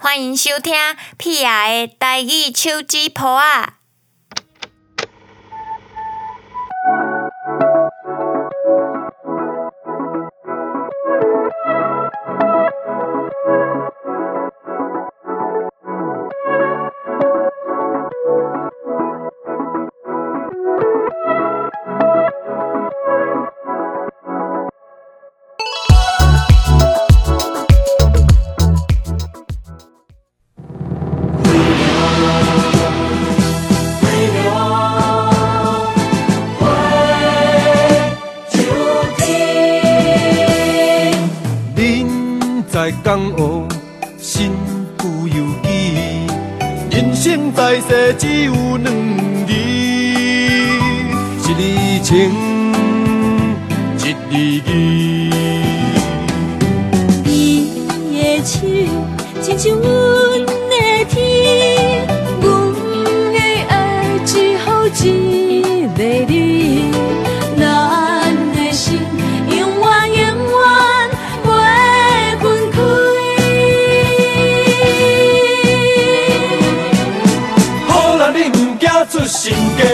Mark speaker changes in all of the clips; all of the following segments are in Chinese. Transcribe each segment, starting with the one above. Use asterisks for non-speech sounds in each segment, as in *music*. Speaker 1: 欢迎收听《屁雅的台语手指抱啊》。
Speaker 2: 人在江湖，身不由己。人生在世只有两字，一字情，一字义。
Speaker 3: 你的手，亲像阮的天，阮的爱只好一个你，咱的心永远永远袂分开。
Speaker 2: 好人你毋惊出身家，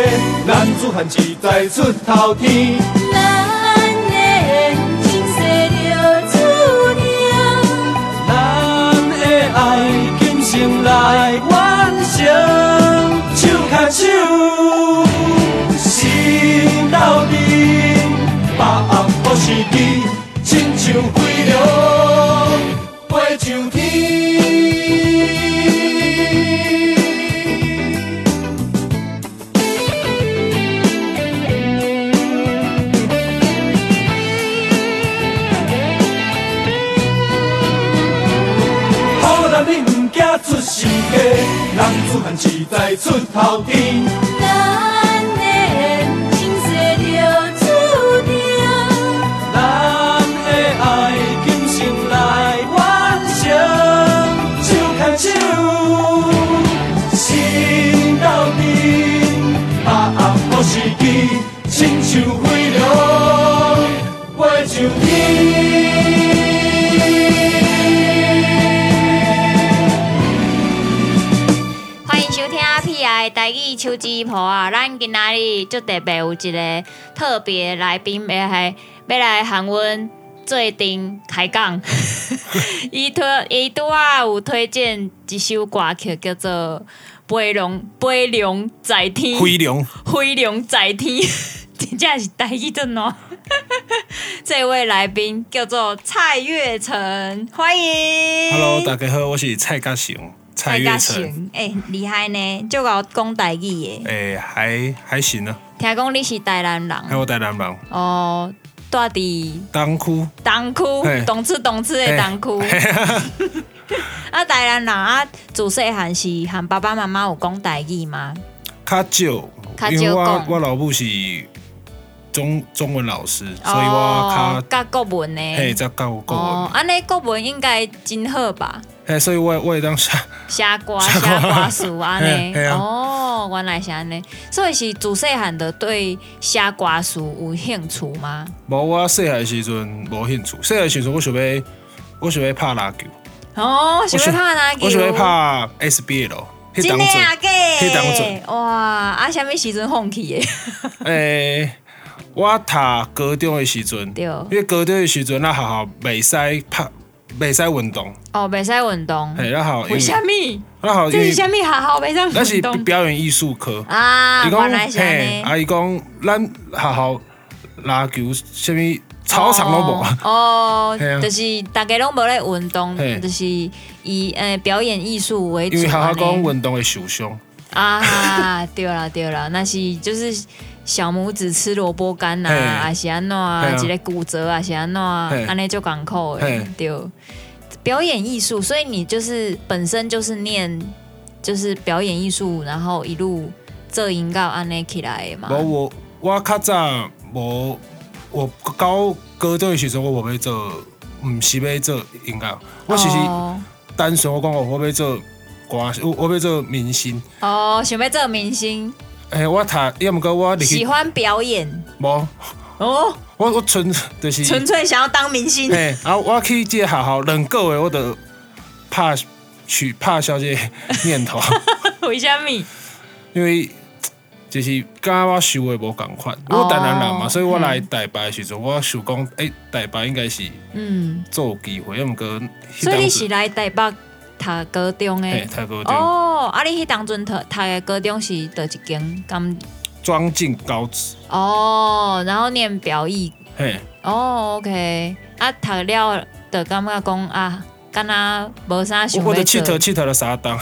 Speaker 2: 男子汉志在出头天。
Speaker 3: 咱的缘情写着注定。
Speaker 2: 咱的爱今生来完成，手牵手，心斗阵，把握好时机，亲像飞流飞上天。好人你毋惊出身家，男子汉志在出头天。
Speaker 3: 咱的缘情写着注定，
Speaker 2: 咱的爱今生来完成，手牵手，心斗阵，把握好时机，亲像飞流飞上天。
Speaker 1: 欢迎收听《屁雅的台语手指抱啊》。咱今仔日就特别有一个特别来宾要来要来喊阮做阵开 *laughs* 讲。伊推伊拄啊有推荐一首歌曲叫做《飞龙飞龙在天》。
Speaker 4: 飞龙，
Speaker 1: 飞龙在天， *laughs* 真正是台语的喏。 *laughs* 这位来宾叫做蔡月成，欢迎。
Speaker 4: Hello，大家好，我是蔡嘉雄，蔡月成，
Speaker 1: 成，哎、厉害呢，就搞讲台语的。
Speaker 4: 诶、还还行啊，
Speaker 1: 听讲你是台南
Speaker 4: 还
Speaker 1: 人，
Speaker 4: 有台南人，
Speaker 1: 哦，住伫
Speaker 4: 东区，
Speaker 1: 东区，
Speaker 4: 嘿
Speaker 1: 懂吃懂吃
Speaker 4: 哎
Speaker 1: 的东区。
Speaker 4: *laughs*
Speaker 1: *laughs* 啊，台南人啊，自细汉是和爸爸妈妈有讲台语吗？
Speaker 4: 较少，
Speaker 1: 较
Speaker 4: 因为
Speaker 1: 少
Speaker 4: 我
Speaker 1: 讲
Speaker 4: 我老母是中中文老师，所以
Speaker 1: 哦
Speaker 4: 我较
Speaker 1: 教国文
Speaker 4: 嘿
Speaker 1: 呢。
Speaker 4: 才教国
Speaker 1: 哦
Speaker 4: 文，，
Speaker 1: 安尼国文应该真好吧？
Speaker 4: 嘿，所以我我会当写，
Speaker 1: 写歌、写歌词安尼
Speaker 4: *laughs* 嘿。啊
Speaker 1: 哦，原来是安尼，所以是自细汉就对写歌词有兴趣吗？
Speaker 4: 无我细汉时阵无兴趣，细汉时阵我想要我想要拍篮球，
Speaker 1: 哦，想要
Speaker 4: 想
Speaker 1: 拍篮球，
Speaker 4: 我想要拍 SBL，
Speaker 1: 真
Speaker 4: 迄当
Speaker 1: 的
Speaker 4: 阵
Speaker 1: 啊，假
Speaker 4: 迄当阵
Speaker 1: 的？哇，啊，啥物时阵放弃的？
Speaker 4: 诶、我读高中的时阵，
Speaker 1: 对
Speaker 4: 因为高中的时阵，咱学校袂使拍，袂使运动，
Speaker 1: *laughs* 哦，袂使运动，
Speaker 4: 嘿，咱学校
Speaker 1: 为
Speaker 4: 因
Speaker 1: 啥
Speaker 4: 为
Speaker 1: 物？
Speaker 4: 咱学校因
Speaker 1: 这是啥
Speaker 4: 为
Speaker 1: 物学校袂
Speaker 4: 咱
Speaker 1: 使
Speaker 4: 是
Speaker 1: 运动？
Speaker 4: 表演艺术科，
Speaker 1: 啊，
Speaker 3: 아,
Speaker 4: 伊
Speaker 1: 原来是安尼。
Speaker 4: 啊伊讲咱学校篮球啥物
Speaker 3: 어,
Speaker 4: 操场都无，
Speaker 1: 哦，
Speaker 4: 嘿
Speaker 1: 哦
Speaker 4: 啊
Speaker 1: 就是大家拢无咧运动，
Speaker 4: 嘿
Speaker 1: 就是以呃表演艺术为主。
Speaker 4: 因为学校
Speaker 1: 安尼
Speaker 4: 讲运动会受伤，
Speaker 1: 啊，对啦对啦，那是就是小拇指吃萝卜干呐，
Speaker 4: 嘿
Speaker 1: 啊是安怎啊，
Speaker 4: 嘿啊
Speaker 1: 一个骨折啊是安怎啊
Speaker 4: 嘿，
Speaker 1: 安尼就艰苦诶
Speaker 4: 嘿，
Speaker 1: 对。表演艺术，所以你就是本身就是念就是表演艺术，然后一路做音到安尼起来的嘛
Speaker 4: 无。我我较早无，我到高中的时阵我无要做，毋是要做音乐，我是是。
Speaker 1: 哦
Speaker 4: 单纯我讲我要做歌，我我要做明星。
Speaker 1: 哦，想要做明星，
Speaker 4: 诶、我读，要毋过我入
Speaker 1: 喜
Speaker 4: 去
Speaker 1: 欢表演
Speaker 4: 无，
Speaker 1: 哦，
Speaker 4: 我我纯就
Speaker 1: *laughs*
Speaker 4: 是
Speaker 1: 纯粹想要当明星。
Speaker 4: 嘿，啊，我去即个学校两个月，我就拍去拍消这个念头，
Speaker 5: 为什么？
Speaker 4: 因为就是刚刚我想的无共款，我台南人嘛，
Speaker 5: 哦
Speaker 4: 所以我来台北的时阵，我想讲，诶、台北应该是
Speaker 5: 嗯，
Speaker 4: 做有机会，要毋过迄
Speaker 5: 所以
Speaker 4: 当
Speaker 5: 你
Speaker 4: 时
Speaker 5: 是来台北读高中
Speaker 4: 嘿，
Speaker 5: 诶？
Speaker 4: 太高中
Speaker 5: 哦，啊，你迄当阵读读诶高中是倒一间？
Speaker 4: 哦
Speaker 5: 咁
Speaker 4: 装进高职，
Speaker 5: 哦，然后念表艺
Speaker 4: 嘿，
Speaker 5: 哦，OK，啊，读了就感觉讲啊，敢若无啥想
Speaker 4: 我我
Speaker 5: 要
Speaker 4: 就佚
Speaker 5: 做
Speaker 4: 佗，佚佗了三
Speaker 5: *laughs*
Speaker 4: 当，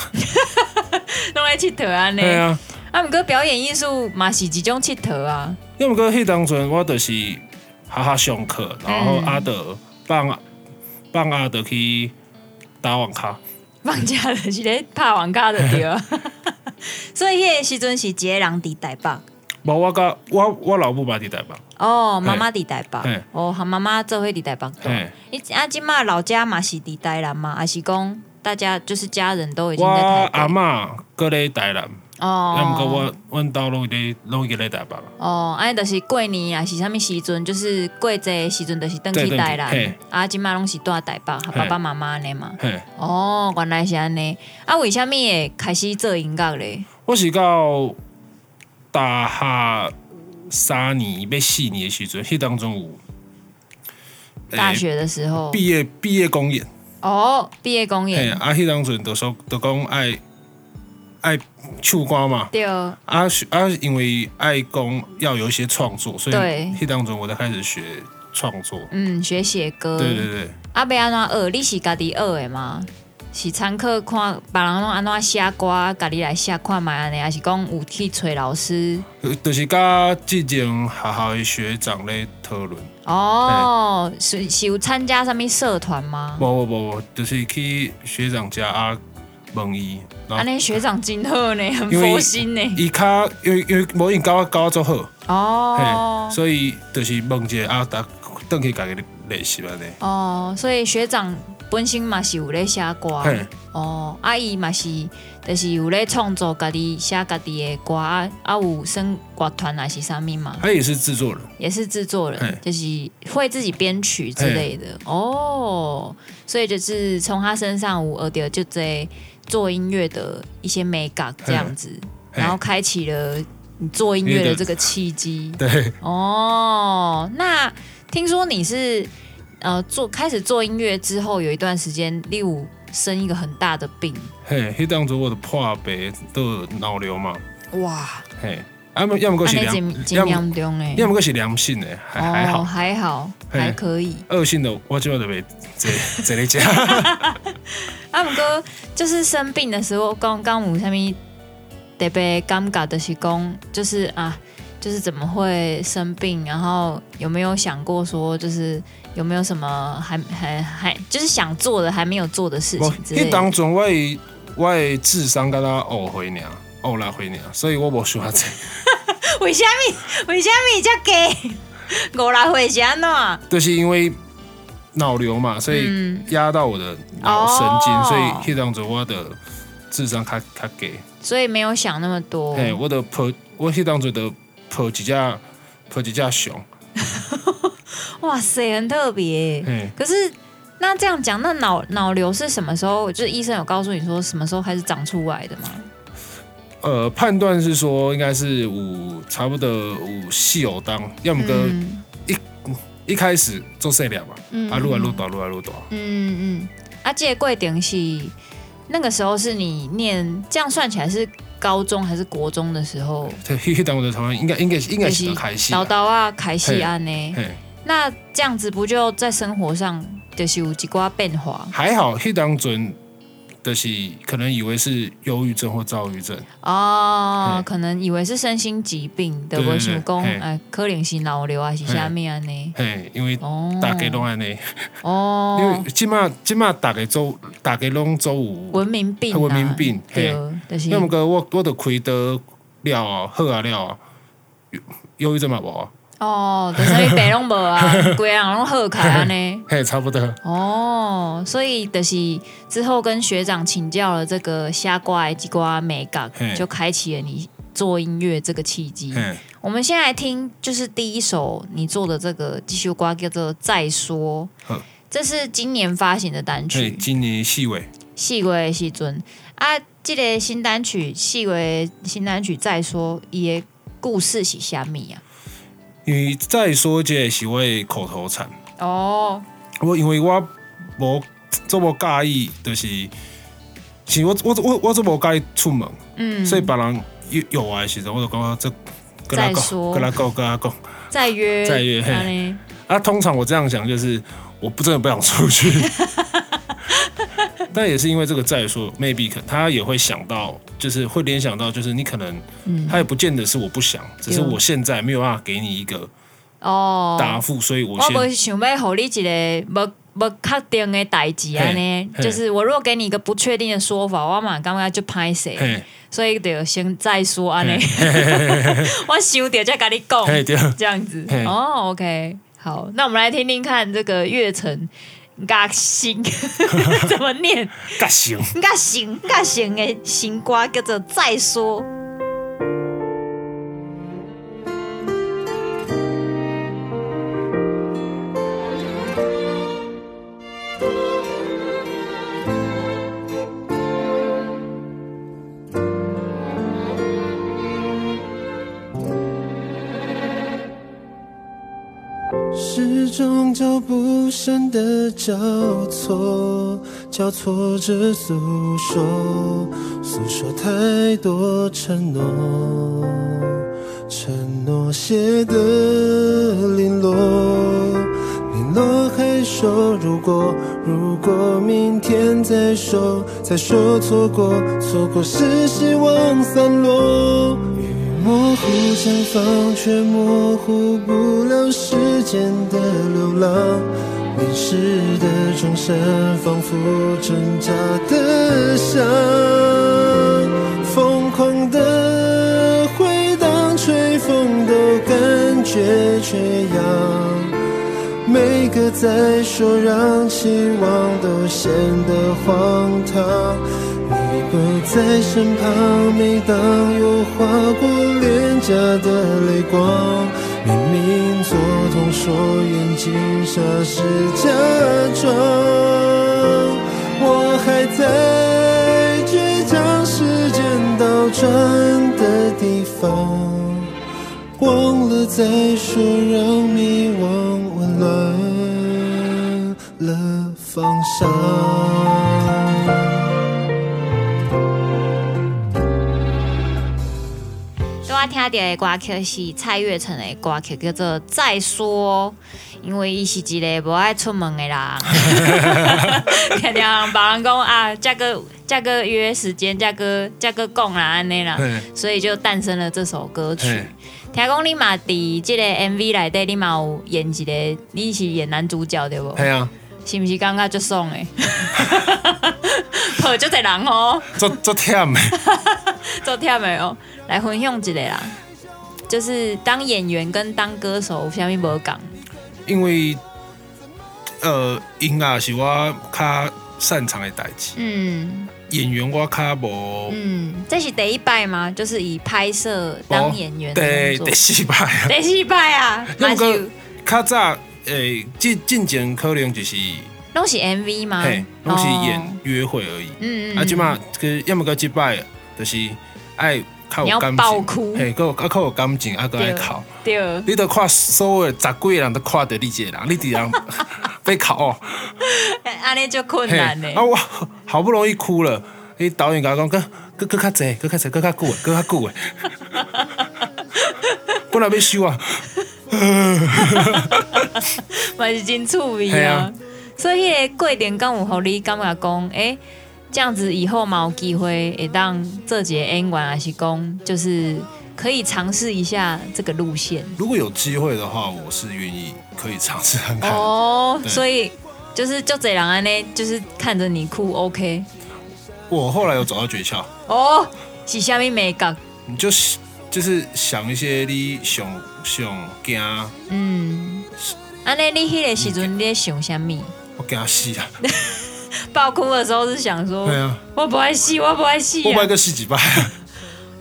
Speaker 5: 拢爱佚佗安尼。
Speaker 4: 嘿啊。
Speaker 5: 啊，毋过表演艺术嘛是一种佚佗啊。
Speaker 4: 要毋过迄当阵我就是哈哈上课，然后
Speaker 5: 嗯
Speaker 4: 阿德放放阿德去打网咖，
Speaker 5: 放假就是咧拍网咖就对
Speaker 4: *laughs*
Speaker 5: 啊。所以迄个时阵是一个人伫台北，
Speaker 4: 无我甲我我老母嘛伫台北，
Speaker 5: 哦，妈妈伫台北
Speaker 4: 嘿，
Speaker 5: 哦，和妈妈做伙伫台北住
Speaker 4: 嘿。
Speaker 5: 伊啊，即嘛老家嘛是伫台南嘛，还是讲大家就是家人都已经
Speaker 4: 我
Speaker 5: 在
Speaker 4: 阿
Speaker 5: 台北？
Speaker 4: 嬷搁咧台南，要毋过
Speaker 5: 哦，
Speaker 4: 我阮兜拢咧拢伫咧台北，
Speaker 5: 哦，安尼就是过年啊，是啥物时阵？就是过节的时阵，就是登
Speaker 4: 对
Speaker 5: 去
Speaker 4: 回去
Speaker 5: 台南
Speaker 4: 嘿。
Speaker 5: 啊，即嘛拢是住台北，和爸爸妈妈安尼嘛。
Speaker 4: 嘿，
Speaker 5: 哦，原来是安尼。啊，为什物会开始做音乐咧？
Speaker 4: 我是到大下三年要四年的时阵，迄当中有诶
Speaker 5: 大学的时候，
Speaker 4: 哎毕业毕业公演。
Speaker 5: 哦，毕业公
Speaker 4: 嘿，
Speaker 5: 演，
Speaker 4: 啊，迄当阵就说就讲爱爱唱歌嘛，
Speaker 5: 对，
Speaker 4: 啊是啊，因为爱讲要有一些创作，所以
Speaker 5: 对
Speaker 4: 迄当阵我才开始学创作。
Speaker 5: 嗯，学写歌。
Speaker 4: 对对对，
Speaker 5: 啊，要安怎学？你是家己学的吗？是参考看别人拢安怎写歌，啊家己来写看卖安尼，还是讲有去找老师？
Speaker 4: 呃就是甲之前学校的学长咧讨论，
Speaker 5: 哦，是是有参加啥物社团吗？
Speaker 4: 无无无无，就是去学长家啊问伊，然
Speaker 5: 安
Speaker 4: 后
Speaker 5: 尼学长真好呢，很
Speaker 4: 因为
Speaker 5: 佛心呢。
Speaker 4: 伊较因为因为无因甲我教我做好，
Speaker 5: 哦
Speaker 4: 嘿，，所以就是问者啊，逐倒去家己练习安尼。
Speaker 5: 哦，所以学长本身嘛是有咧写歌
Speaker 4: 嘿。
Speaker 5: 哦，啊伊嘛是，就是有咧创作家己写家己的歌，啊啊有算乐团还是啥物嘛？
Speaker 4: 他也是制作人，
Speaker 5: 也是制作人
Speaker 4: 嘿，
Speaker 5: 就是会自己编曲之类的哦。所以就是从他身上我学到就这做音乐的一些美感这样子，
Speaker 4: 嘿
Speaker 5: 然后开启了你做音乐的这个契机。
Speaker 4: 对，
Speaker 5: 哦，那听说你是呃做开始做音乐之后有一段时间，例如生一个很大的病，
Speaker 4: 嘿，迄当初我的破病都脑瘤嘛，
Speaker 5: 哇，
Speaker 4: 嘿，啊，要么过是
Speaker 5: 那
Speaker 4: 良
Speaker 5: 真，真
Speaker 4: 要么
Speaker 5: 严重哎，
Speaker 4: 要么过是良性的，还还
Speaker 5: 哦，
Speaker 4: 好，
Speaker 5: 还好，
Speaker 4: 嘿
Speaker 5: 还可以。
Speaker 4: 恶性的我就要得
Speaker 5: *laughs*
Speaker 4: 被这这里讲，
Speaker 5: 啊，毋过就是生病的时候，刚刚有啥物特别尴尬的是讲，就是啊，就是怎么会生病？然后有没有想过说，就是有没有什么还还还就是想做的还没有做的事
Speaker 4: 我 *laughs*
Speaker 5: 情之类
Speaker 4: 迄当
Speaker 5: 的？
Speaker 4: 中我的我的智商跟他学回尔，学来回尔，所以我无想这，
Speaker 5: 为什么？为什么这么低？五六岁是安怎？
Speaker 4: 就是因为脑瘤嘛，所以
Speaker 5: 嗯
Speaker 4: 压到我的脑神
Speaker 5: 哦
Speaker 4: 经，所以迄当中我的智商较较低，
Speaker 5: 所以没有想那么多。
Speaker 4: 嘿，我的抱我迄当中的抱一只抱一只熊，
Speaker 5: 哇塞，很特别。
Speaker 4: 嘿。
Speaker 5: 可是那这样讲，那脑脑瘤是什么时候？就是医生有告诉你说什么时候开始长出来的吗？
Speaker 4: 呃，判断是说应该是五差不多五细偶当，要么个
Speaker 5: 嗯
Speaker 4: 一开始做细粒嘛，
Speaker 5: 嗯
Speaker 4: 啊，愈来愈大，愈来愈大。
Speaker 5: 嗯嗯，啊，这个过程是那个时候是你念，这样算起来是高中还是国中的时候？
Speaker 4: 对，迄迄当我的台湾应该应该是应该
Speaker 5: 就是
Speaker 4: 开始
Speaker 5: 叨
Speaker 4: 啦，
Speaker 5: 叨啊，开戏安呢？
Speaker 4: 嘿，
Speaker 5: 那这样子不就在生活上就是有一寡变化
Speaker 4: 还好，迄当阵就是可能以为是忧郁症或躁郁症，
Speaker 5: 哦
Speaker 4: 嘿？
Speaker 5: 可能以为是身心疾病，对
Speaker 4: 对
Speaker 5: 不？
Speaker 4: 对
Speaker 5: 想讲
Speaker 4: 嘿
Speaker 5: 哎，可能是脑瘤还是啊啥物安呢？
Speaker 4: 嘿，因为
Speaker 5: 哦，
Speaker 4: 大家拢安尼，因
Speaker 5: 哦
Speaker 4: 为，即马即马大家都大家拢都有，
Speaker 5: 文明病啊，
Speaker 4: 文明病
Speaker 5: 对
Speaker 4: 嘿，
Speaker 5: 就是
Speaker 4: 要么个我我的开刀了啊好啊了啊，忧忧郁症嘛无啊，
Speaker 5: 哦，就是你白拢
Speaker 4: *laughs*
Speaker 5: 无啊，规人拢好开安尼。
Speaker 4: 嘿，差不多。
Speaker 5: 哦，所以就是之后跟学长请教了这个虾瓜的几瓜美感
Speaker 4: 嘿，
Speaker 5: 就开启了你做音乐这个契机。
Speaker 4: 嘿，
Speaker 5: 我们先来听，就是第一首你做的这个继续瓜叫做《再说》
Speaker 4: 好，
Speaker 5: 这是今年发行的单
Speaker 4: 嘿，
Speaker 5: 曲。
Speaker 4: 今年四月，
Speaker 5: 四月的时阵啊，即、个新单曲四月的新单曲再说伊的故事是虾米啊？
Speaker 4: 因为再说这个是我的口头禅，
Speaker 5: 哦，
Speaker 4: 我因为我无做无介意，就是是我我我我做无介意出门，
Speaker 5: 嗯，
Speaker 4: 所以别人有有我的时候，我就感觉这跟他
Speaker 5: 再
Speaker 4: 讲，
Speaker 5: 说
Speaker 4: 跟他讲，跟他讲。
Speaker 5: 再约
Speaker 4: 再约嘿
Speaker 5: 安尼
Speaker 4: 啊，通常我这样想就是，我不真的不想出去。 *laughs* 但也是因为这个再说，maybe 可他也会想到，就是会联想到，就是你可能，
Speaker 5: 嗯
Speaker 4: 他也不见得是我不想，只是
Speaker 5: 对
Speaker 4: 我现在没有办法给你一个
Speaker 5: 哦，
Speaker 4: 答复，所以我
Speaker 5: 我
Speaker 4: 先
Speaker 5: 无想要互你一个无无确定的代志安尼，
Speaker 4: 嘿
Speaker 5: 就是我如果给你一个不确定的说法，我嘛感觉就歹势，
Speaker 4: 嘿，
Speaker 5: 所以就先再说安尼。 *laughs* 我想着再跟你讲，
Speaker 4: 嘿对，
Speaker 5: 这样子
Speaker 4: 嘿。
Speaker 5: 哦，OK，好，那我们来听听看这个月城。嘎行 *laughs* 怎么念？
Speaker 4: 嘎行，
Speaker 5: 嘎行嘎行的行歌叫做再说。
Speaker 3: 时钟脚步声的交错，交错着诉说，诉说太多承诺，承诺写的零落，零落还说如果，如果明天再说，再说错过，错过是希望散落。模糊绽放，却模糊不了时间的流浪。淋湿的钟声，仿佛挣扎的响，疯狂的回荡，吹风都感觉缺氧。每个再说让期望都显得荒唐。你不在身旁，每当有划过脸颊的泪光，明明做痛说眼睛傻是假装，我还在倔强，时间倒转的地方。忘了再说，让迷惘温暖了方向。
Speaker 5: 对我听到的歌曲是蔡月成的歌曲，叫做《再说》，因为伊是一个无爱出
Speaker 4: *laughs*
Speaker 5: 门的人，听听别人讲啊，加个加个约时间，加个加个讲啦，安尼啦，
Speaker 4: 嘿，
Speaker 5: 所以就诞生了这首歌曲
Speaker 4: 嘿。
Speaker 5: 听讲你嘛伫即个 MV 内底，你嘛有演一个，你是演男主 *laughs* 角对无？
Speaker 4: 嘿啊，
Speaker 5: 是毋是感觉足爽 *laughs* 诶？好，足侪人哦。
Speaker 4: 做做忝的，
Speaker 5: 做跳没有？来分享一个啦，就是当演员跟当歌手有啥物无共？
Speaker 4: 因为呃，音乐是我较擅长的代志，
Speaker 5: 嗯
Speaker 4: 演员我较无，
Speaker 5: 嗯，这是第一拜吗？就是以拍摄当演员的
Speaker 4: 第
Speaker 5: 工
Speaker 4: 哦第
Speaker 5: 作，
Speaker 4: 四摆啊。
Speaker 5: 第四
Speaker 4: *laughs*
Speaker 5: 拜啊，嘛
Speaker 4: 那
Speaker 5: 是
Speaker 4: 个
Speaker 5: 有
Speaker 4: 较早诶，进进前可能就是
Speaker 5: 拢是 MV 吗
Speaker 4: 嘿，？拢是
Speaker 5: 哦
Speaker 4: 演，约会而已。
Speaker 5: 嗯嗯，
Speaker 4: 啊，即
Speaker 5: 嘛
Speaker 4: 嘛个要么个即摆就是爱较
Speaker 5: 你
Speaker 4: 有
Speaker 5: 要
Speaker 4: 感
Speaker 5: 爆
Speaker 4: 情，
Speaker 5: 哭，
Speaker 4: 嘿，个啊较有感情，啊个爱
Speaker 5: 对
Speaker 4: 哭。
Speaker 5: 对， *laughs*
Speaker 4: 你都看所有的十几个人都看着你一个人，你伫人
Speaker 5: *laughs*
Speaker 4: 被哭哦，
Speaker 5: 安尼就困
Speaker 4: 嘿，
Speaker 5: 难欸呢。
Speaker 4: 啊我好不容易哭了，你导演甲我讲，搁搁搁较济，搁较济，搁较久的，搁较
Speaker 5: *laughs*
Speaker 4: 久诶，本来要收啊，
Speaker 5: 嘛是真趣味
Speaker 4: 嘿
Speaker 5: 啊
Speaker 4: 啊。
Speaker 5: 所以迄个过程敢有互你感觉讲，诶、这样子以后嘛有机会会当做一个演员，还是讲就是可以尝试一下这个路线
Speaker 4: 如果有机会的话，我是愿意可以尝试看看。
Speaker 5: 哦。
Speaker 4: 对
Speaker 5: 所以就是就这人安尼，就是看着你哭，OK
Speaker 4: 我后来有找到诀窍，
Speaker 5: 哦，是虾米美感？
Speaker 4: 你就是就是想一些你想想惊，
Speaker 5: 嗯，安尼你迄个时阵你在想虾米？
Speaker 4: 我惊死
Speaker 5: *laughs*
Speaker 4: 啊！
Speaker 5: 爆哭的时候是想说，
Speaker 4: 对啊，
Speaker 5: 我不爱死，我不爱死
Speaker 4: 我买
Speaker 5: 啊，
Speaker 4: 个死几摆，，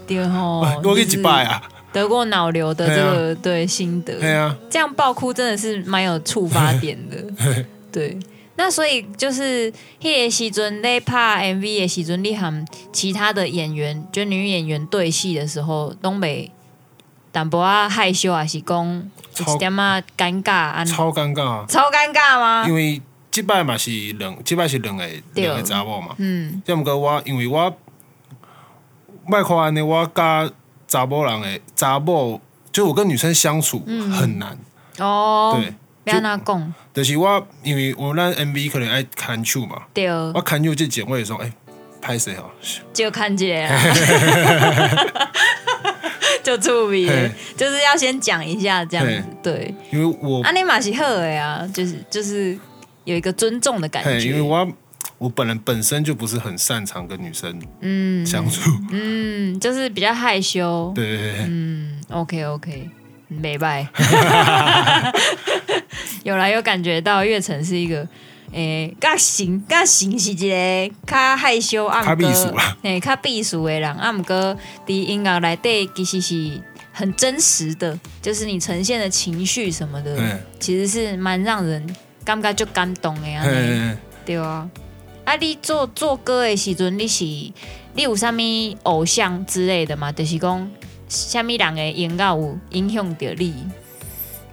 Speaker 5: 对吼
Speaker 4: *laughs* 我给几摆
Speaker 5: 啊。
Speaker 4: 啊？
Speaker 5: 得过脑瘤的这个对心得，
Speaker 4: 对啊， *laughs*
Speaker 5: 这样爆哭真的是蛮有触发点的。对，那所以就是迄个时阵咧拍 MV 的时阵，你含其他的演员，就女演员对戏的时候，拢袂淡薄仔害羞，还是讲有一
Speaker 4: 超
Speaker 5: 点仔尴尬安尼？
Speaker 4: 超尴尬，啊
Speaker 5: 超尴尬吗
Speaker 4: 因？为即摆嘛是两，即摆是两个两个查某嘛。
Speaker 5: 嗯，
Speaker 4: 要毋过我，因为我麦看安尼，我甲查某人诶查某，就我跟女生相处
Speaker 5: 嗯
Speaker 4: 很难，
Speaker 5: 哦，
Speaker 4: 对。
Speaker 5: 要安怎讲？
Speaker 4: 就是我，因为我咱 MV 可能爱牵手嘛，
Speaker 5: 对，
Speaker 4: 我牵手这简我会说，哎、拍谁哦？
Speaker 5: 就看起
Speaker 4: *laughs*
Speaker 5: 来啦， *laughs* 就趣味的
Speaker 4: 嘿，
Speaker 5: 就是要先讲一下这样子
Speaker 4: 嘿，
Speaker 5: 对。
Speaker 4: 因为我
Speaker 5: 啊，，你嘛是好的啊，就是就是有一个尊重的感
Speaker 4: 嘿，
Speaker 5: 觉，
Speaker 4: 因为我我本人本身就不是很擅长跟女生
Speaker 5: 嗯
Speaker 4: 相处，
Speaker 5: 嗯，就是比较害羞，
Speaker 4: 对对对，
Speaker 5: 嗯，OK OK，没拜， *laughs* 有来有感觉到月城是一个。诶，较型较型是一个较害羞，啊，
Speaker 4: 较
Speaker 5: 毋过
Speaker 4: 避暑啦
Speaker 5: 嘿，较避暑的人，啊，毋过伫音乐内底其实是很真实的，就是你呈现的情绪什么的
Speaker 4: 嘿，
Speaker 5: 其实是蛮让人感觉就感动的啊。
Speaker 4: 嘿嘿嘿
Speaker 5: 对啊，啊，你做做歌的时阵，你是你有啥物偶像之类的嘛？就是讲，啥物人的音乐有影响到你？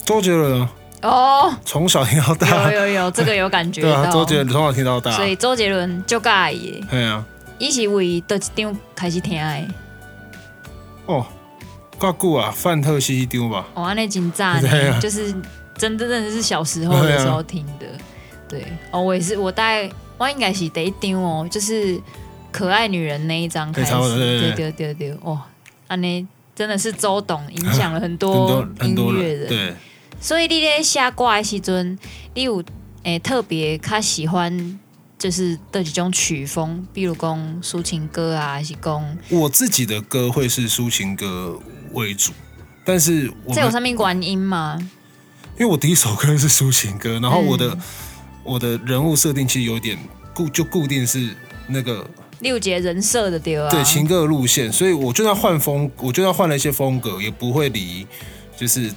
Speaker 4: 周杰伦啊
Speaker 5: 哦，
Speaker 4: 从小听到
Speaker 5: 有
Speaker 4: 大，
Speaker 5: 有有，这个有感觉
Speaker 4: *laughs* 对啊，
Speaker 5: 到。
Speaker 4: 周杰伦啊从小听到大，
Speaker 5: 所以周杰伦就介意，
Speaker 4: 嘿啊，
Speaker 5: 伊是为倒一张开始听的，
Speaker 4: 哦，挂久啊，范特西丢吧，
Speaker 5: 哦，安尼真早
Speaker 4: 对
Speaker 5: 呢，
Speaker 4: 啊
Speaker 5: 就是真的真的是小时候的时候听的，
Speaker 4: 啊
Speaker 5: 对，哦，我也是，我大概我应该是第一张哦，就是可爱女人那一张开始，
Speaker 4: 对差不多对
Speaker 5: 对
Speaker 4: 对
Speaker 5: 对对对，哦，安尼真的是周董影响了很
Speaker 4: 很
Speaker 5: 多
Speaker 4: 多很多
Speaker 5: 哦音乐
Speaker 4: 人，
Speaker 5: 人，
Speaker 4: 对，
Speaker 5: 所以你咧写歌的时阵，你有诶、特别较喜欢。就是这几种曲风，比如讲抒情歌啊，还是讲
Speaker 4: 我自己的歌会是抒情歌为主，但是我
Speaker 5: 这有
Speaker 4: 们
Speaker 5: 上面原因吗？
Speaker 4: 因为我第一首歌是抒情歌，然后我
Speaker 5: 嗯
Speaker 4: 的、我的人物设定其实有点固，就固定是那个
Speaker 5: 六节人设的对啊，
Speaker 4: 对情歌的路线，所以我就算换风，我就算换了一些风格，也不会离，就是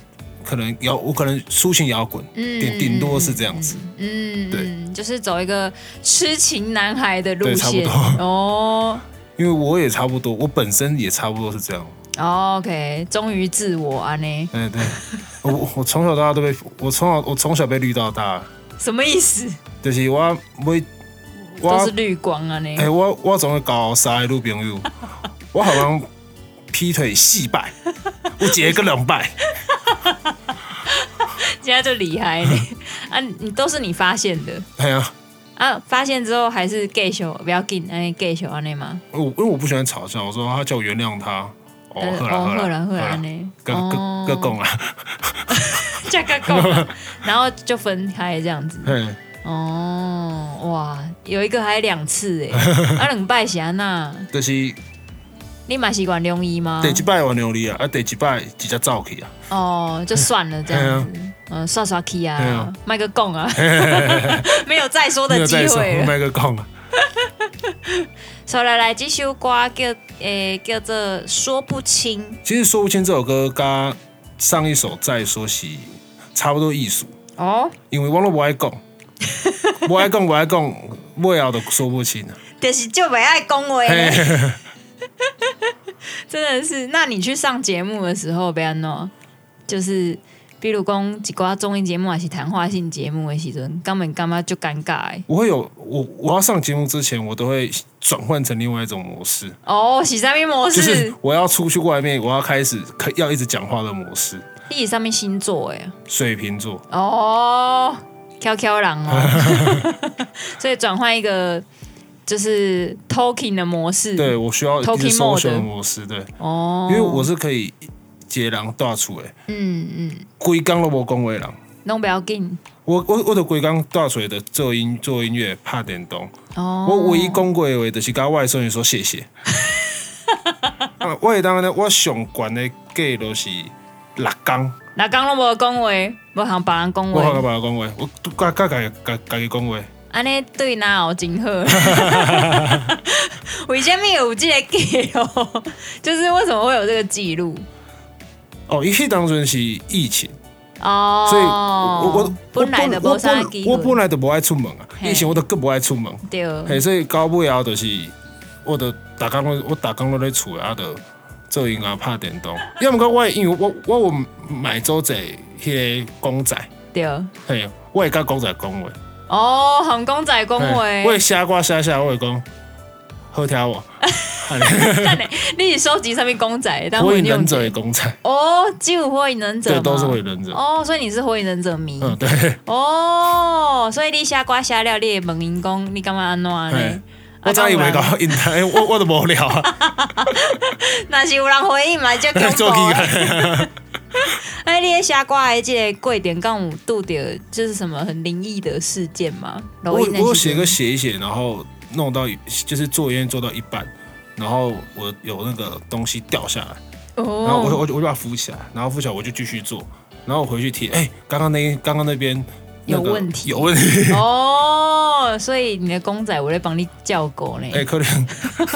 Speaker 4: 可能摇，我可能抒情摇滚，顶顶多是这样子，
Speaker 5: 嗯，
Speaker 4: 对
Speaker 5: 嗯，就是走一个痴情男孩的路
Speaker 4: 对差不
Speaker 5: 线
Speaker 4: 多
Speaker 5: 哦。
Speaker 4: 因为我也差不多，我本身也差不多是这样，
Speaker 5: 哦 OK，忠于自我啊呢？
Speaker 4: 对对， *laughs* 我我从小到大都被我从小我从小被绿到大，
Speaker 5: 什么意思？
Speaker 4: 就是我每我
Speaker 5: 都是绿光啊呢？
Speaker 4: 哎、我我总会搞三个女朋
Speaker 5: *laughs*
Speaker 4: 友，我好像劈腿四摆，我结个两 *laughs* 摆，
Speaker 5: 现在就厉害呢啊！你 *laughs* 都是你发现的
Speaker 4: 哎呀，
Speaker 5: 啊？发现之后还是 gay 秀，不要 gay 哎 gay 秀啊呢 *laughs* 吗？
Speaker 4: 我因为我不喜欢吵架，我说他叫我原谅他，哦，
Speaker 5: 呃
Speaker 4: 喝了
Speaker 5: 哦
Speaker 4: 喝
Speaker 5: 好
Speaker 4: 了
Speaker 5: 啦好
Speaker 4: 喝
Speaker 5: 啦
Speaker 4: 了
Speaker 5: 安尼，
Speaker 4: 各
Speaker 5: 哦
Speaker 4: 各各讲啦， *laughs*
Speaker 5: 加个够了，然后就分开这样子。
Speaker 4: 嘿，
Speaker 5: 哦，哇，有一个还两次哎，啊两拜侠呐，
Speaker 4: 就是
Speaker 5: 你嘛是管中医吗？
Speaker 4: 第一摆玩牛力啊，啊第一摆直接走去啊，
Speaker 5: 哦，就算了这样子，嗯，刷刷 key
Speaker 4: 对
Speaker 5: 啊
Speaker 4: 啊，
Speaker 5: 卖个供啊， *laughs* 没有再说
Speaker 4: 没
Speaker 5: 的
Speaker 4: 有
Speaker 5: 机
Speaker 4: 再说
Speaker 5: 会了。
Speaker 4: 卖个讲啊，
Speaker 5: 所以来来，这首歌叫诶叫做说不清
Speaker 4: 其实说不清这首歌跟上一首再说是差不多意思，
Speaker 5: 哦，
Speaker 4: 因为我都不爱讲，
Speaker 5: *laughs*
Speaker 4: 不爱讲不爱讲，我也都说不清啊。
Speaker 5: 就是就没爱恭维，
Speaker 4: 嘿
Speaker 5: 真的是。那你去上节目的时候，不要喏，就是比如讲一寡综艺节目还是谈话性节目的时阵，根本感觉就尴尬的
Speaker 4: 我会有我我要上节目之前，我都会转换成另外一种模式，
Speaker 5: 哦，是啥物模
Speaker 4: 就是
Speaker 5: 式？
Speaker 4: 我要出去外面，我要开始可要一直讲话的模式。
Speaker 5: 你是啥物星座诶？
Speaker 4: 水瓶座，
Speaker 5: 哦，飘飘狼哦，
Speaker 4: *laughs*
Speaker 5: 所以转换一个就是 talking 的模式。
Speaker 4: 对，我需要一
Speaker 5: 嗯 Talking
Speaker 4: 直
Speaker 5: mode
Speaker 4: 搜的模式，对，
Speaker 5: 哦，
Speaker 4: 因为我是可以接狼大出诶，
Speaker 5: 嗯嗯，
Speaker 4: 欸龟缸都无讲话人，
Speaker 5: 弄不要紧
Speaker 4: 我我我的龟缸大水的做音做音乐怕点动，
Speaker 5: 哦。
Speaker 4: 我唯一讲过的话就是跟外甥女说谢
Speaker 5: *laughs*
Speaker 4: 谢。啊、我会当然我上悬的价就是六缸。
Speaker 5: 那刚拢无讲话，无向别人讲
Speaker 4: 我好甲
Speaker 5: 话，
Speaker 4: 别人讲话，我都甲甲家家家己讲话，
Speaker 5: 安尼对哪
Speaker 4: *laughs*
Speaker 5: 有真好？为什么有这个记录？ *laughs* 就是为什么会有这个记录？
Speaker 4: 哦，伊迄当阵是疫情，
Speaker 5: 哦，
Speaker 4: 所以我我我
Speaker 5: 本来就
Speaker 4: 我
Speaker 5: 无啥机会，
Speaker 4: 我本来就不爱出门啊，
Speaker 5: 嘿
Speaker 4: 以前我都更不爱出门，
Speaker 5: 对，
Speaker 4: 嘿，所以到尾后就是我就逐工拢我逐工拢咧厝啊，就做音乐拍电动。要毋过我因为我我有买做者迄个公仔，
Speaker 5: 对，
Speaker 4: 嘿，我会甲公仔讲话，
Speaker 5: 哦，韩公仔讲话，
Speaker 4: 嘿我会写歌写写，我会讲好听无？
Speaker 5: 等下 *laughs* 你是收集上面公仔，但
Speaker 4: 火影
Speaker 5: 用
Speaker 4: 忍者的公仔，
Speaker 5: 哦，只有火影忍者
Speaker 4: 对，
Speaker 5: 吗，
Speaker 4: 都是火影忍者。
Speaker 5: 哦，所以你是火影忍者迷，
Speaker 4: 嗯，对，
Speaker 5: 哦，所以你写歌写了，你会问因讲你感觉安怎呢啊
Speaker 4: 嘿？我早以为到因台，我我都无聊啊，
Speaker 5: 那是有人回应嘛，
Speaker 4: *laughs*
Speaker 5: 就恐
Speaker 4: 做
Speaker 5: 怖
Speaker 4: 起
Speaker 5: 的。
Speaker 4: 来。
Speaker 5: 哎，你的写歌的这个过程，敢有拄着就是什么很灵异的事件吗？
Speaker 4: 我
Speaker 5: 录音
Speaker 4: 我
Speaker 5: 的时候
Speaker 4: 有写歌写一写，然后弄到就是做音乐做到一半，然后我有那个东西掉下来，然后我就
Speaker 5: 哦，
Speaker 4: 我就我就把它扶起来，然后扶起来我就继续做，然后我回去听，哎、刚刚那刚刚那边、那个
Speaker 5: 有问题
Speaker 4: 有问题，
Speaker 5: 哦，所以你的公仔我在帮你叫狗呢，
Speaker 4: 哎、可能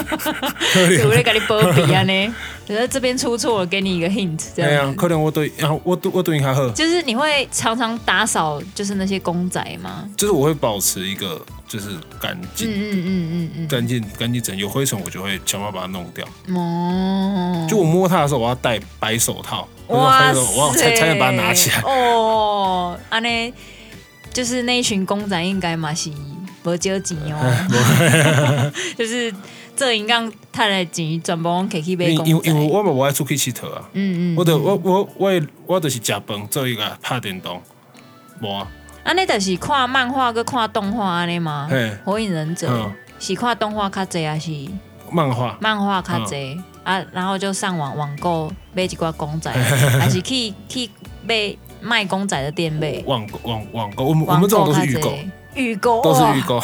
Speaker 4: 可
Speaker 5: 所以我
Speaker 4: 能
Speaker 5: 在给你波比啊呢， *laughs* 可是这边出错了，给你一个 hint，这
Speaker 4: 哎
Speaker 5: 样
Speaker 4: 呀，
Speaker 5: 子。
Speaker 4: 可能我对，然后我对我对你还好，
Speaker 5: 就是你会常常打扫，就是那些公仔吗？
Speaker 4: 就是我会保持一个就是干
Speaker 5: 嗯
Speaker 4: 净。
Speaker 5: 嗯嗯嗯
Speaker 4: 干净干净整，有灰尘我就会想办法把它弄掉。
Speaker 5: 嗯，哦，
Speaker 4: 就我摸它的时候，我要戴白手套，然后还有我要才才能把它拿起来。
Speaker 5: 哦，安尼就是那一群公仔应该嘛是无少钱
Speaker 4: 哎
Speaker 5: *laughs* 哦，就是这应该赚的钱全部拢摕去买
Speaker 4: 因因
Speaker 5: 公
Speaker 4: 因为
Speaker 5: 仔。
Speaker 4: 我嘛无爱出去佚佗啊，
Speaker 5: 嗯嗯，
Speaker 4: 我就我我我的我就是食饭做一个拍电动，无啊，
Speaker 5: 安尼就是看漫画跟看动画安尼嘛
Speaker 4: 嘿，
Speaker 5: 火影忍者
Speaker 4: 嗯
Speaker 5: 是看动画较济还是
Speaker 4: 漫画
Speaker 5: 漫画较
Speaker 4: 嗯
Speaker 5: 济啊？然后就上网网购买一寡
Speaker 4: *laughs*
Speaker 5: 公仔，还是去去买卖公仔的店买。
Speaker 4: 网购网网购，我们我们这种都是预购，，
Speaker 5: 预购
Speaker 4: 都是
Speaker 5: 哇
Speaker 4: 预购，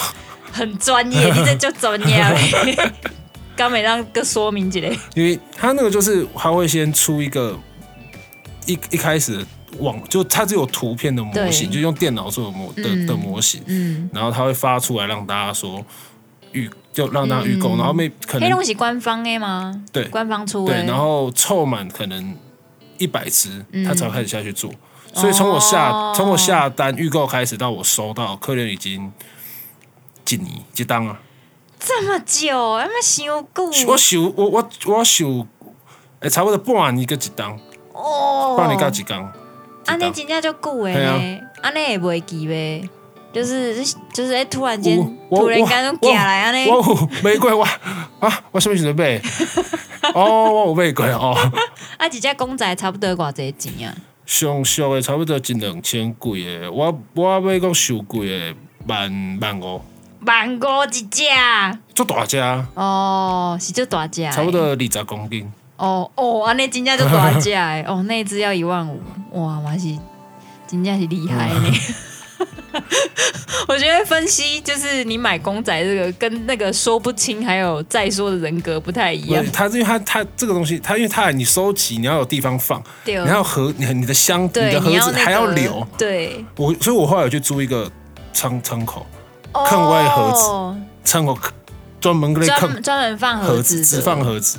Speaker 5: 很专业，你这就专业
Speaker 4: *laughs*
Speaker 5: 嘞。 *laughs* 刚没让个说明一下，
Speaker 4: 因为他那个就是他会先出一个一一开始的网，就它只有图片的模型，
Speaker 5: 对
Speaker 4: 就用电脑做的模的
Speaker 5: 嗯
Speaker 4: 的模型，
Speaker 5: 嗯，
Speaker 4: 然后他会发出来让大家说预就让大家预购，
Speaker 5: 嗯
Speaker 4: 然后没可
Speaker 5: 黑
Speaker 4: 能
Speaker 5: 龙是官方的吗？
Speaker 4: 对
Speaker 5: 官方出的。
Speaker 4: 对，然后凑满可能一百只，他才会开始下去做。所以从我
Speaker 5: 嗯哦
Speaker 4: 下从我下单预购开始到我收到，客人已经一年一档啊！
Speaker 5: 这么久，那么想久
Speaker 4: 我收我我我收，诶，差不多半年个一档，
Speaker 5: 哦，啊
Speaker 4: 半年到一档。
Speaker 5: 安
Speaker 4: 一
Speaker 5: 尼
Speaker 4: 档
Speaker 5: 真正就久
Speaker 4: 嘿
Speaker 5: 诶
Speaker 4: 啊，
Speaker 5: 安尼也袂记呗，就是就是哎，突然间
Speaker 4: 有我
Speaker 5: 突然
Speaker 4: 我
Speaker 5: 间就寄来安尼
Speaker 4: 我，有玫瑰我啊，我什么时候
Speaker 5: *laughs*
Speaker 4: 买？哦，我有玫瑰哦，
Speaker 5: 啊，一只公仔差不多偌济钱啊？
Speaker 4: 上俗的差不多一两千贵的，我我买讲收贵的万万五，
Speaker 5: 万五一只啊
Speaker 4: 足大只，啊
Speaker 5: 哦，是就大只的，
Speaker 4: 差不多二十公斤。
Speaker 5: 哦哦，安尼真正就大只诶！哦，那一只要一万五，哇，嘛是真正是厉害呢。
Speaker 4: 嗯
Speaker 5: *laughs* 我觉得分析就是你买公仔这个跟那个说不清还有再说的人格不太一
Speaker 4: 不
Speaker 5: 样
Speaker 4: 是，，它是因为它它这个东西，它因为它你收集，你要有地方放，
Speaker 5: 对哦
Speaker 4: 你要盒，你你的箱，你
Speaker 5: 对，
Speaker 4: 的盒
Speaker 5: 你要
Speaker 4: 子
Speaker 5: 那个
Speaker 4: 还要留。
Speaker 5: 对，
Speaker 4: 我所以，我后来有去租一个仓仓口，
Speaker 5: 看
Speaker 4: 坑外盒子，仓口专门给你
Speaker 5: 哦专
Speaker 4: 坑
Speaker 5: 专门放盒
Speaker 4: 盒
Speaker 5: 子
Speaker 4: 子，
Speaker 5: 的
Speaker 4: 只放盒子。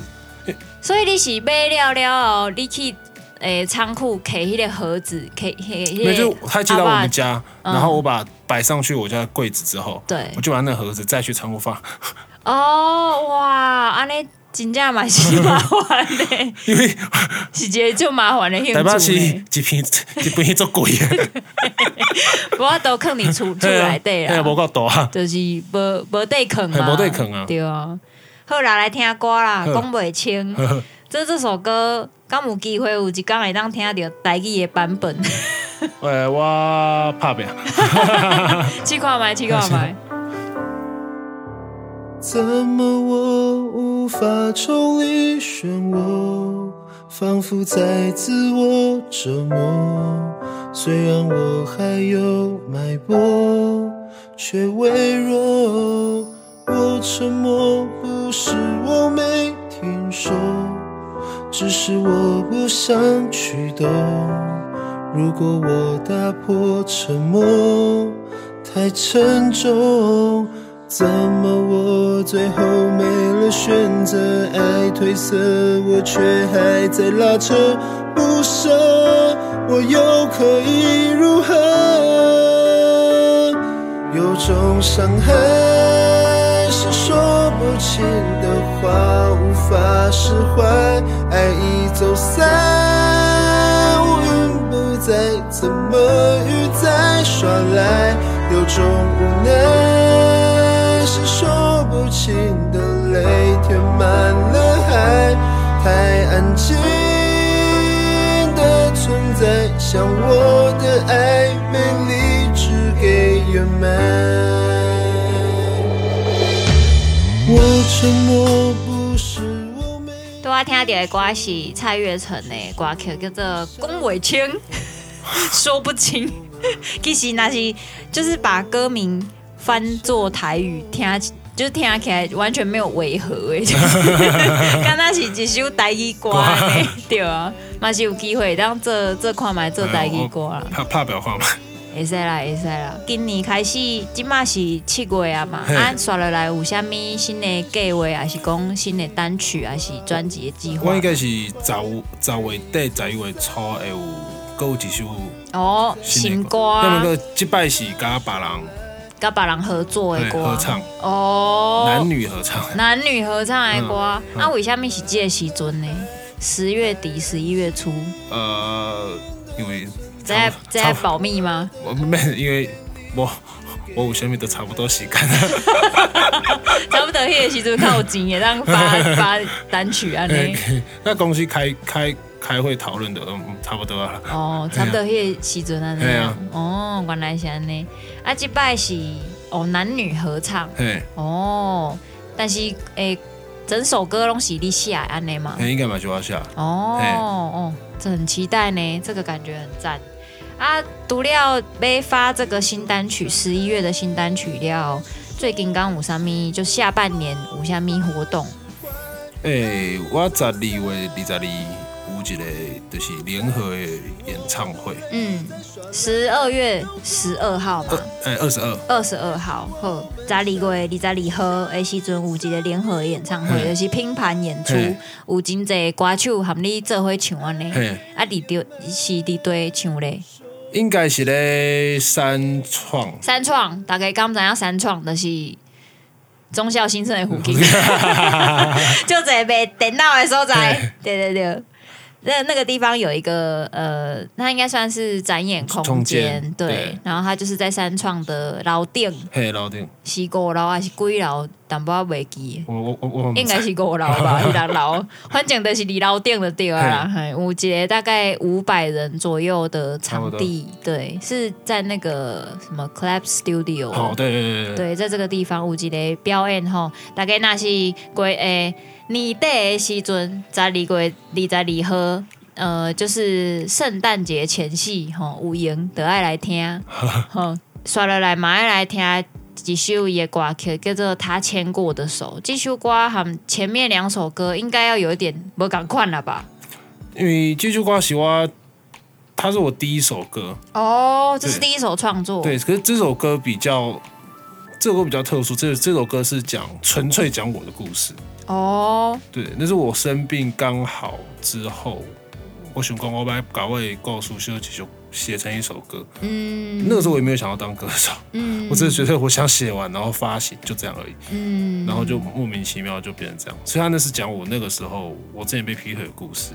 Speaker 5: 所以你是买了了后，你去诶仓库摕迄个盒子，摕摕迄个，
Speaker 4: 没就他寄到我们家，
Speaker 5: 嗯
Speaker 4: 然后我把摆上去我家的柜子之后，
Speaker 5: 对
Speaker 4: 我就把那盒子再去仓库放， *laughs*
Speaker 5: 哦，哇，安尼真正嘛是麻烦的。
Speaker 4: 因为
Speaker 5: 是一个就
Speaker 4: *laughs*
Speaker 5: 麻烦的兴
Speaker 4: 台北
Speaker 5: 趣
Speaker 4: 市
Speaker 5: 呢，
Speaker 4: 一片一片做
Speaker 5: *laughs*
Speaker 4: 贵的，
Speaker 5: 我都坑你厝厝
Speaker 4: 对啊 *laughs*
Speaker 5: 内底
Speaker 4: 哎呀无
Speaker 5: 啦，
Speaker 4: 够大啊，
Speaker 5: 就是无无地坑嘛，
Speaker 4: 嘿无地囥啊
Speaker 5: 对啊。好啦，来听歌啦，
Speaker 4: 好
Speaker 5: 讲袂清。
Speaker 4: 呵呵
Speaker 5: 这这首歌，敢有机会有一天会当听到台语的版本？ *laughs*
Speaker 4: 呃，我怕病。
Speaker 5: 去看麦，去看麦。
Speaker 2: 怎么我无法抽离漩涡？仿佛在自我折磨。虽然我还有脉搏，却微弱。我沉默不是我没听说，只是我不想去懂。如果我打破沉默，太沉重。怎么我最后没了选择？爱褪色，我却还在拉扯不舍，我又可以如何？有种伤害是说不清的话，无法释怀，爱已走散，乌云不再，怎么雨在耍赖？有种无奈是说不清的泪，填满了海，太安静。的存在，像我的爱，美丽只给圆满。我沉默不是我没。
Speaker 5: 对我听到的歌是蔡月成的歌曲，叫做《龚伟清》，说不清。 *laughs* 其实那是就是把歌名翻作台语听，就是听起来完全没有违和诶，就是 *laughs* 敢若是一首台语歌呢，对啊，嘛是有机会当做做看卖做台语歌啦，
Speaker 4: 拍拍表看嘛，
Speaker 5: 会使啦会使啦。今年开始，即嘛是七月啊嘛，
Speaker 4: 嘿
Speaker 5: 啊刷落来有啥物新的计划，还是讲新的单曲，还是专辑的计划
Speaker 4: 我应？该是十十月底十一月初会有，搁有一首
Speaker 5: 哦，
Speaker 4: 新
Speaker 5: 新
Speaker 4: 的
Speaker 5: 歌
Speaker 4: 歌，要
Speaker 5: 啊
Speaker 4: 么，个即摆是甲别人
Speaker 5: 甲别人合作的
Speaker 4: 嘿
Speaker 5: 歌
Speaker 4: 合
Speaker 5: 啊，
Speaker 4: 唱，
Speaker 5: 哦，
Speaker 4: 男女合唱。
Speaker 5: 男女合唱的歌，
Speaker 4: 嗯嗯
Speaker 5: 啊，为什么是这个时阵呢？十月底、十一月初，
Speaker 4: 呃，因为
Speaker 5: 在
Speaker 4: 差不
Speaker 5: 在
Speaker 4: 差不
Speaker 5: 保密吗？
Speaker 4: 我没因为我我有啥物都差不多时间。
Speaker 5: *laughs* 差不多迄个时阵靠近，也当发发单曲安
Speaker 4: *laughs*
Speaker 5: 尼。
Speaker 4: 那公司开开开会讨论的，嗯，差不多啊。
Speaker 5: 哦，差不多迄个时阵安尼
Speaker 4: 嘿啊
Speaker 5: 啊。哦，原来是安尼。啊，即摆是哦男女合唱
Speaker 4: 嘿，
Speaker 5: 哦，但是诶，整首歌拢是你写的安尼嘛？
Speaker 4: 嘿应该嘛就要下。
Speaker 5: 哦
Speaker 4: 嘿
Speaker 5: 哦，这很期待呢，这个感觉很赞啊！独料被发这个新单曲，十一月的新单曲料，最近刚五三咪就下半年五三咪活动
Speaker 4: 诶、我十二月二十二有一个就是联合的演唱会，
Speaker 5: 嗯，十二月十二号嘛，
Speaker 4: 诶、哎二十二，
Speaker 5: 二十二号呵，扎里龟、李扎里喝诶，时阵有一个联合演唱会，
Speaker 4: 嘿
Speaker 5: 就是拼盘演出
Speaker 4: 嘿，
Speaker 5: 有真侪歌手含你做伙唱安尼，
Speaker 4: 嘿，
Speaker 5: 啊，你着是伫对唱咧。。
Speaker 4: 应该是咧三创
Speaker 5: 三创，大概刚知影三创就是忠孝新生的附
Speaker 4: *laughs*
Speaker 5: 近，就这被电脑的所在。对对对，那那个地方有一个呃，那应该算是展演空
Speaker 4: 空
Speaker 5: 间
Speaker 4: 间，
Speaker 5: 对。
Speaker 4: 对
Speaker 5: 然后它就是在三创的老店，
Speaker 4: 嘿，老丁，
Speaker 5: 是五楼还是几楼？淡薄仔袂记的。
Speaker 4: 我我我我
Speaker 5: 应该是五楼
Speaker 4: *laughs*
Speaker 5: 吧，一两楼，反正就是离楼顶的对啊啦。嘿有一个大概五百人左右的场地，对，是在那个什么 Clap Studio，
Speaker 4: 好，对对对对，
Speaker 5: 对，在这个地方有一个表演吼，大概那是过诶年底的时阵，十二月二十二号，呃，就是圣诞节前夕吼，有闲得爱来听，吼，刷落来嘛爱来听。一首伊的歌曲叫做《他牵过我的手》，这首歌含前面两首歌应该要有一点无共款了吧？
Speaker 4: 因为这首歌是我，它是我第一首歌，
Speaker 5: 哦，这是
Speaker 4: 对
Speaker 5: 第一首创作，
Speaker 4: 对，可是这首歌比较，这首歌比较特殊，这这首歌是讲纯粹讲我的故事，
Speaker 5: 哦，
Speaker 4: 对，那是我生病刚好之后，我想讲我把搞位告诉休息就写成一首歌，
Speaker 5: 嗯，
Speaker 4: 那个时候我也没有想要当歌手，
Speaker 5: 嗯
Speaker 4: 我只是觉得我想写完然后发行就这样而已，
Speaker 5: 嗯
Speaker 4: 然后就莫名其妙就变成这样，所以他那是讲我那个时候我之前被劈腿的故事，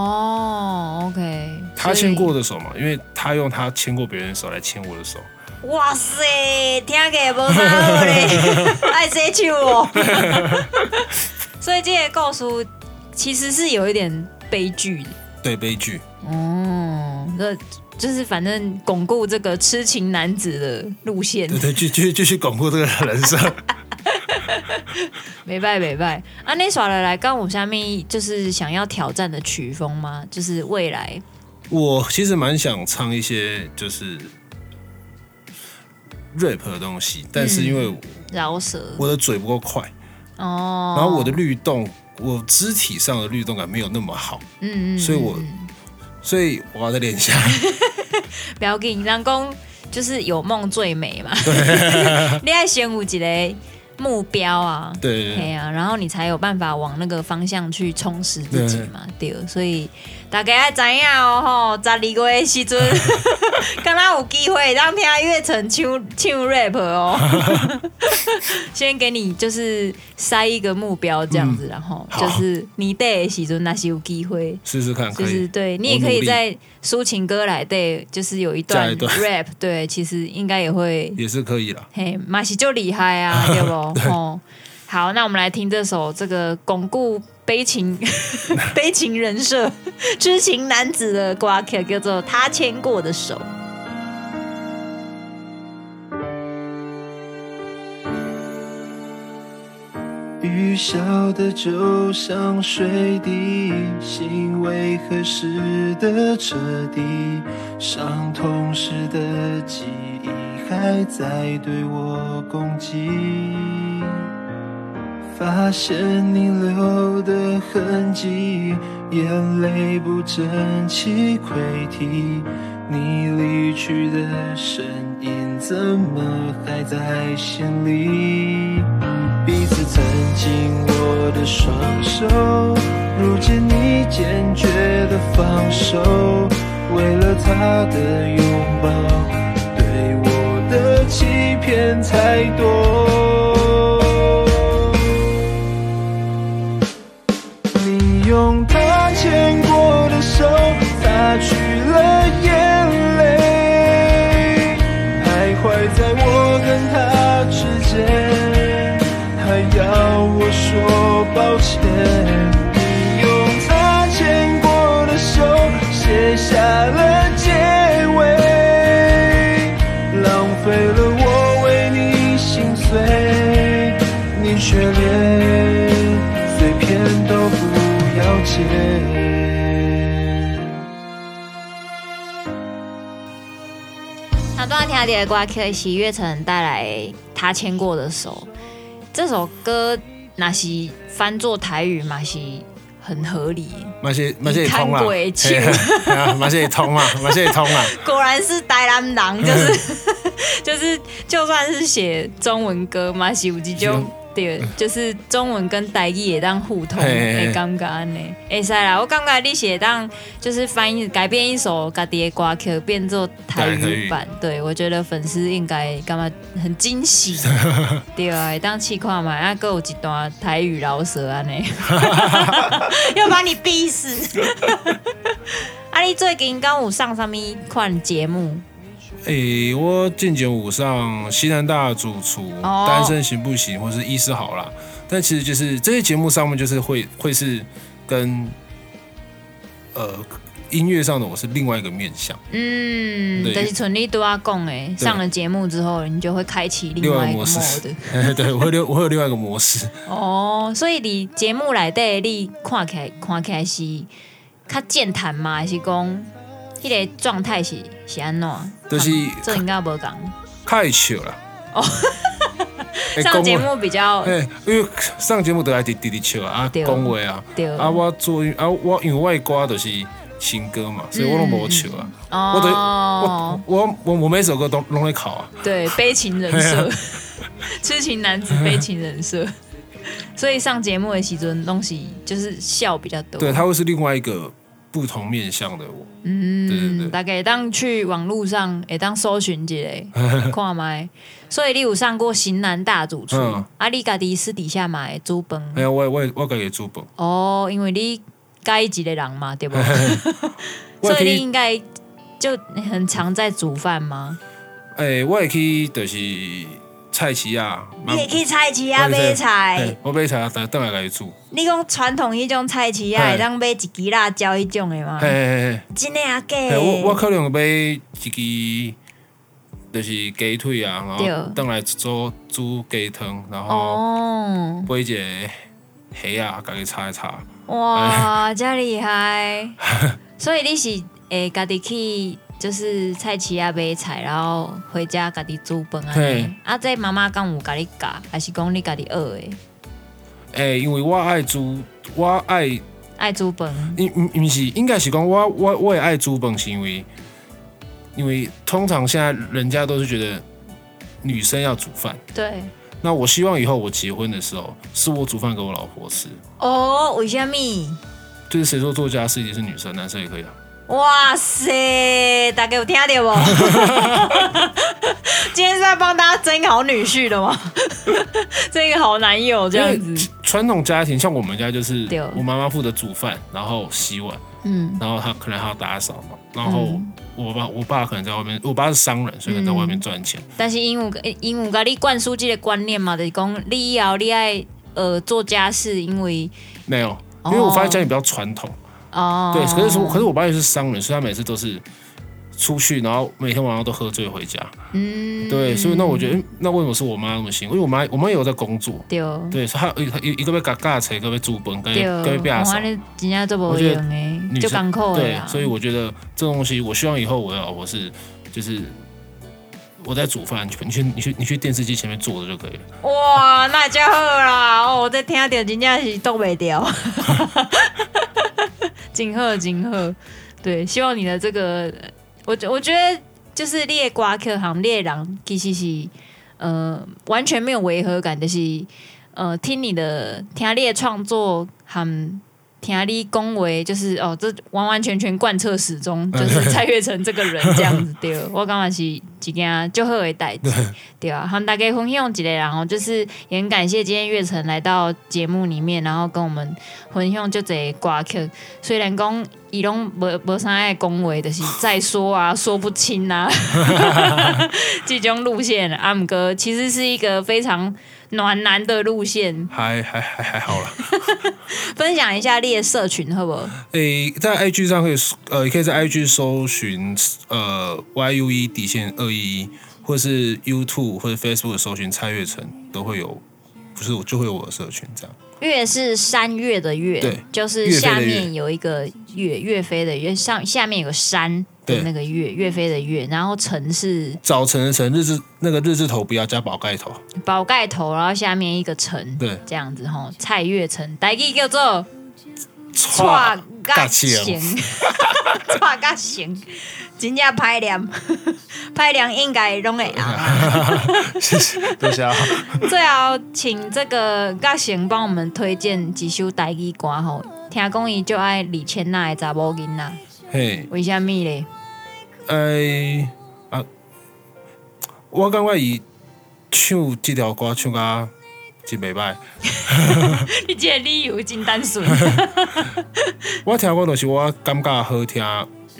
Speaker 5: 哦，OK，
Speaker 4: 他
Speaker 5: 所以
Speaker 4: 牵过我的手嘛，因为他用他牵过别人的手来牵我的手，
Speaker 5: 哇塞，听起来无啥好咧，
Speaker 4: *laughs*
Speaker 5: 爱洗手哦。 *laughs* 所以这个故事其实是有一点悲剧的。
Speaker 4: 对，悲剧，嗯
Speaker 5: 哦，那就是反正巩固这个痴情男子的路线
Speaker 4: 对，对，继继继续巩固这个人设。 *laughs*
Speaker 5: 没拜没拜。啊，那耍了来，刚我下面就是想要挑战的曲风吗？就是未来
Speaker 4: 我其实蛮想唱一些就是 rap 的东西，但是因为
Speaker 5: 饶舌
Speaker 4: 我的嘴不够快，
Speaker 5: 哦。
Speaker 4: 然后我的律动，我肢体上的律动感没有那么好，
Speaker 5: 嗯嗯，
Speaker 4: 所以我
Speaker 5: 嗯嗯
Speaker 4: 所以我要再练一下。
Speaker 5: 不要紧，人讲就是有梦最美嘛。 *laughs* 你爱先有一个目标啊，
Speaker 4: *laughs* 对
Speaker 5: 对啊，然后你才有办法往那个方向去充实自己嘛，对，所以大家要知影哦吼，十二月的时阵， *laughs* 敢若有机会让听月城唱唱 rap 哦， *laughs* 先给你就是塞一个目标这样子，然后
Speaker 4: 好
Speaker 5: 就是你得的时阵那是有机会。
Speaker 4: 试试看可
Speaker 5: 就是
Speaker 4: 以。
Speaker 5: 对你
Speaker 4: 我
Speaker 5: 也可
Speaker 4: 努
Speaker 5: 以
Speaker 4: 力
Speaker 5: 在抒情歌来对，就是有一段
Speaker 4: 加一段
Speaker 5: rap，对，其实应该也会
Speaker 4: 也是可以啦。
Speaker 5: 嘿，马西就厉害啊，对不？哦，好，那我们来听这首这个巩固悲情 *laughs* 悲情人设、痴情男子的歌曲，叫做《他牵过的手》。
Speaker 2: 雨小的就像水滴，心为何湿的彻底？伤痛时的记忆还在对我攻击。发现你留的痕迹，眼泪不争气溃堤。你离去的身影，怎么还在心里？彼此曾经握的双手，如今你坚决的放手。为了他的拥抱，对我的欺骗太多。你用他牵过的手擦去了眼泪，徘徊在我跟他之间，还要我说抱歉。你用他牵过的手写下了结尾，浪费了我为你心碎，你却连碎片都不要捡。
Speaker 5: 那段听到的歌曲是月城带来《他牵过的手》这首歌，那是翻作台语嘛，是很合理。
Speaker 4: 马些马些通啦，
Speaker 5: 你看过去
Speaker 4: 嘿啊，马些通啦，马些通啦，
Speaker 5: 果然是台南人，就是 *laughs* 就是，就算是写中文歌嘛，是有一
Speaker 4: 是
Speaker 5: 种对，就是中文跟台语也当互通
Speaker 4: 嘿嘿嘿
Speaker 5: 的感觉安尼。会使啦，我感觉你写当就是翻译改编一首家己的歌曲，变做台语版，对我觉得粉丝应该感觉很
Speaker 4: *laughs*
Speaker 5: 惊喜。对啊，会当试看嘛，啊，搁有一段台语饶舌安
Speaker 4: *laughs*
Speaker 5: 尼，要把你逼死。 *laughs* 啊，你最近刚有上什么款节目？
Speaker 4: 诶、我进前五上西南大主厨，
Speaker 5: 哦
Speaker 4: 单身行不行，或是医师好啦。但其实就是这些节目上面，就是会会是跟呃音乐上的我是另外一个面向，
Speaker 5: 嗯，
Speaker 4: 对
Speaker 5: 就是纯你对我讲诶，
Speaker 4: 对
Speaker 5: 上了节目之后，你就会开启另
Speaker 4: 另
Speaker 5: 外
Speaker 4: 外
Speaker 5: 一
Speaker 4: 一个
Speaker 5: 个
Speaker 4: 模式
Speaker 5: mode
Speaker 4: 对我会有我会有另外一个模式。
Speaker 5: 哦。所以你节目内底你看起来看起来是较健谈嘛，还是讲迄个状态是是安怎？
Speaker 4: 就是哎
Speaker 5: 这应该无讲。
Speaker 4: 太糗了哦
Speaker 5: 上节目比较
Speaker 4: 哎、因为上节目都爱滴滴滴笑啊，
Speaker 5: 对
Speaker 4: 讲话啊，
Speaker 5: 对
Speaker 4: 啊，我做啊，我因为我的歌就是新歌嘛，所以我拢无笑啊，我都
Speaker 5: 嗯哦，
Speaker 4: 我我我我每首歌都拢在考啊，
Speaker 5: 对，悲情人
Speaker 4: *laughs*
Speaker 5: 设，痴情男子悲情人设。所以上节目的时阵，东西就是笑比较多。
Speaker 4: 对，它会是另外一个不同面向的我，嗯，对对
Speaker 5: 大概当去网络上会当搜寻一
Speaker 4: *laughs*
Speaker 5: 下，看麦。所以你有上过《型男大主厨》
Speaker 4: 嗯
Speaker 5: 啊，你家己私底下嘛会煮饭
Speaker 4: 对，哎，我我我家己做本，
Speaker 5: 哦，因为你改一个人嘛，对不？
Speaker 4: 我
Speaker 5: *laughs* 所
Speaker 4: 会
Speaker 5: 以
Speaker 4: 去
Speaker 5: 你应该就很常在煮饭吗？
Speaker 4: 哎，我会去就是菜市啊，
Speaker 5: 你会去菜市
Speaker 4: 我
Speaker 5: 啊
Speaker 4: 会
Speaker 5: 买
Speaker 4: 去
Speaker 5: 菜
Speaker 4: 哎，我买菜，等等来家己煮，
Speaker 5: 你讲传统迄种菜市啊，
Speaker 4: 嘿
Speaker 5: 会当买一支辣椒迄种的嘛
Speaker 4: 嘿？嘿嘿。
Speaker 5: 真的啊，假
Speaker 4: 哎，我我
Speaker 5: 的？
Speaker 4: 可能买一支，就是鸡腿啊，然后
Speaker 5: 对
Speaker 4: 等来做煮鸡汤，然后
Speaker 5: 哦，
Speaker 4: 买一个虾啊，家己炒一炒。
Speaker 5: 哇，真厉害！所以你是诶，家己去就是菜市啊买菜，然后回家家己煮饭安尼
Speaker 4: 嘿。
Speaker 5: 啊，这妈妈讲有家己教，还是讲你家己学的？
Speaker 4: 哎、因为我爱煮，我爱，因
Speaker 5: 爱煮饭，
Speaker 4: 因因是应该是讲我我我会爱煮饭，是因为因为通常现在人家都是觉得女生要煮饭，
Speaker 5: 对。
Speaker 4: 那我希望以后我结婚的时候是我煮饭给我老婆吃。
Speaker 3: 哦，为什么？
Speaker 4: 就是谁说做家事一定是女生，男生也可以啊。
Speaker 3: 哇塞，大家有听到不？今天是在帮大家争一个好女婿的吗？争一个好男友这
Speaker 4: 因
Speaker 3: 样
Speaker 4: 为
Speaker 3: 子。
Speaker 4: 传统家庭像我们家就是
Speaker 3: 对
Speaker 4: 我妈妈负责煮饭，然后洗碗，
Speaker 5: 嗯，
Speaker 4: 然后她可能还要打扫嘛。然后我爸我爸可能在外面，我爸是商人，所以可能在外面赚钱。
Speaker 5: 但是因为因为甲你灌输这个观念嘛，就是讲你以后你爱呃做家事，因为
Speaker 4: 没有，因为我发现家里比较传统，
Speaker 5: 哦，
Speaker 4: 对。可是说，可是我爸又是商人，所以他每次都是出去，然后每天晚上都喝醉回家。
Speaker 5: 嗯，
Speaker 4: 对，所以那我觉得，嗯那为什么是我妈那么辛苦？因为我妈我妈也有在工作。
Speaker 5: 对
Speaker 4: 对，所以她有她一一个被嘎嘎扯，一个被煮崩，跟
Speaker 5: 对，
Speaker 4: 跟被
Speaker 5: 我
Speaker 4: 阿嫂
Speaker 5: 安。尼真正做
Speaker 4: 我
Speaker 5: 无
Speaker 4: 觉
Speaker 5: 用
Speaker 4: 得
Speaker 5: 诶，
Speaker 4: 女
Speaker 5: 就啊
Speaker 4: 生
Speaker 5: 艰苦诶
Speaker 4: 对
Speaker 5: 啦，。
Speaker 4: 所以我觉得这东西，我希望以后我的老婆是，就是我在煮饭，你去你去你去电视机前面坐着就可以了。
Speaker 3: 哇，那就好啦！哦，我这听到真正是冻袂掉。
Speaker 5: *laughs* 真好，真好。对，希望你的这个，我觉我觉得就是列瓜克行列狼其实是呃完全没有违和感，就是呃听你的听你的创作和听你恭维，就是哦这完完全全贯彻始终，就是蔡月成这个人这样子对。我感觉是一件就好的代志，对啊，和大家分享一个，然后就是也很感谢今天月成来到节目里面，然后跟我们分享就这歌曲。虽然讲伊拢无无啥爱讲话，就是再说啊，说不
Speaker 4: *laughs*
Speaker 5: 清啊，这种路线啊，姆哥其实是一个非常暖男的路线。
Speaker 4: 还还还还好啦。 *laughs*
Speaker 5: 分享一下列社群好不好？
Speaker 4: 诶、在 IG 上可以搜呃，也可以在 IG 搜寻呃 YUE 底线二一一，或是 YouTube 或者 Facebook 搜寻蔡月成，都会有，不是我就会有我的社群这样。
Speaker 5: 月是山月的月，
Speaker 4: 对
Speaker 5: 就是
Speaker 4: 岳飞的
Speaker 5: 下
Speaker 4: 岳
Speaker 5: 面有一个月，岳飞的月，上下面有个山的
Speaker 4: 对
Speaker 5: 那个月，岳飞的月，然后城是
Speaker 4: 早晨的晨，日字那个日字头不要加宝盖头，
Speaker 5: 宝盖头，然后下面一个城，
Speaker 4: 对，
Speaker 5: 这样子吼，蔡月城，台语叫做。
Speaker 4: 哇，尬气，
Speaker 5: *laughs*
Speaker 3: 哇，甲行，真正歹
Speaker 5: *laughs*
Speaker 3: 念，歹念应该拢会
Speaker 4: *laughs*
Speaker 3: 啊。
Speaker 4: 谢 *laughs* 谢，多谢啊。
Speaker 5: 最后，请这个嘉贤帮我们推荐几首台语歌吼。听讲伊就爱李千娜的查某囡仔，
Speaker 4: *laughs* 嘿。
Speaker 5: 为什么咧？
Speaker 4: 哎啊，我感觉伊唱即条歌唱啊真袂歹。
Speaker 5: *laughs* 你这个理由真单纯。
Speaker 4: 我听过就是我感觉好听，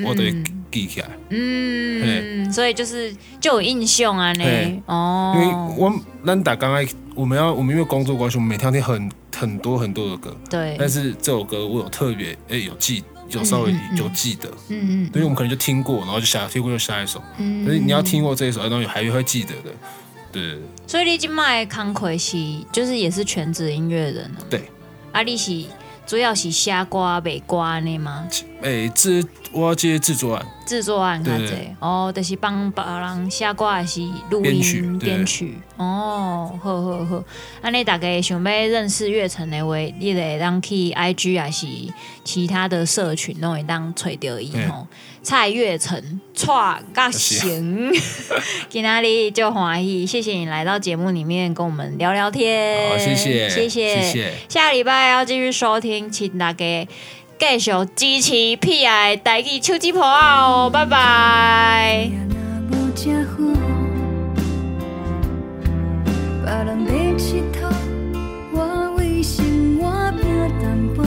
Speaker 4: 我就会记起来。 *laughs*
Speaker 5: 嗯，所以就是就有印象啊呢
Speaker 4: 嘿。因为
Speaker 5: 哦，
Speaker 4: 我咱打刚刚我们要我们因为工作关系，我们每天要听很很多很多的歌，
Speaker 5: 对，
Speaker 4: 但是这首歌我有特别哎、有记，有稍微有记得，
Speaker 5: 嗯
Speaker 4: 所以我们可能就听过，然后就下听过就下一首。
Speaker 5: 嗯
Speaker 4: 但是
Speaker 5: 嗯。
Speaker 4: 你要听过这一首，然后还会记得的。对，
Speaker 5: 所以你今麦康奎是就是也是全职音乐人啊。
Speaker 4: 对。
Speaker 5: 啊，你是主要是写歌、卖歌呢吗？
Speaker 4: 哎、这我这制作案，
Speaker 5: 制作案较
Speaker 4: 对
Speaker 5: 济
Speaker 4: 对，
Speaker 5: 哦，就是帮别人写歌还是录
Speaker 4: 编曲
Speaker 5: 音
Speaker 4: 对
Speaker 5: 编曲，哦，好好好，安尼大家想要认识月城的话，你就会当去 IG 还是其他的社群拢会当找到伊
Speaker 4: 嗯
Speaker 5: 吼。蔡月城，蔡甲
Speaker 4: 啊
Speaker 5: 行， *laughs* 今仔日就欢喜，谢谢你来到节目里面跟我们聊聊天，
Speaker 4: 好，谢谢，
Speaker 5: 谢
Speaker 4: 谢谢。
Speaker 5: 下礼拜要继续收听，请大家继续支持 P I 台语手机婆啊哦，拜拜。
Speaker 3: 无正好，别人在佚佗，我为生活拼淡薄。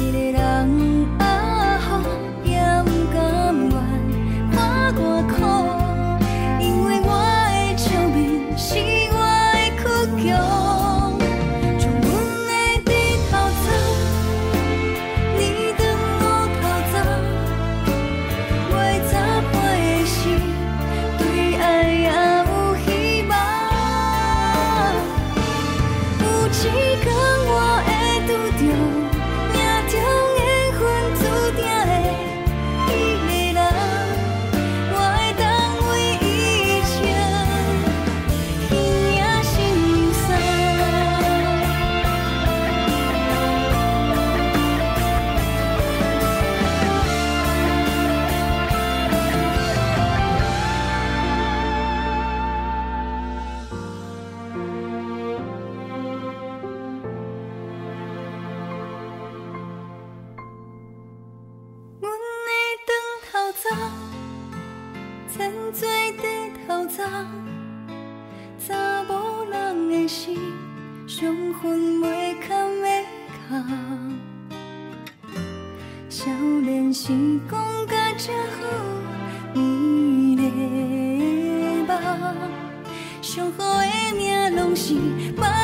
Speaker 3: 一个人啊好，也不甘愿看我苦，因为我的笑面是我的倔强，将阮的日头走，你当我头走。袂早破的心，对爱也有希望。有一天我会拄着命中缘分注定的彼个人，我会当为伊笑，伊也心酸。有一天我会拄着命中缘分注定的彼个人，我会当为伊笑，伊也心酸。早，查某人的心伤痕袂堪的哭。少年时讲甲这好，每个梦，上好的命拢是梦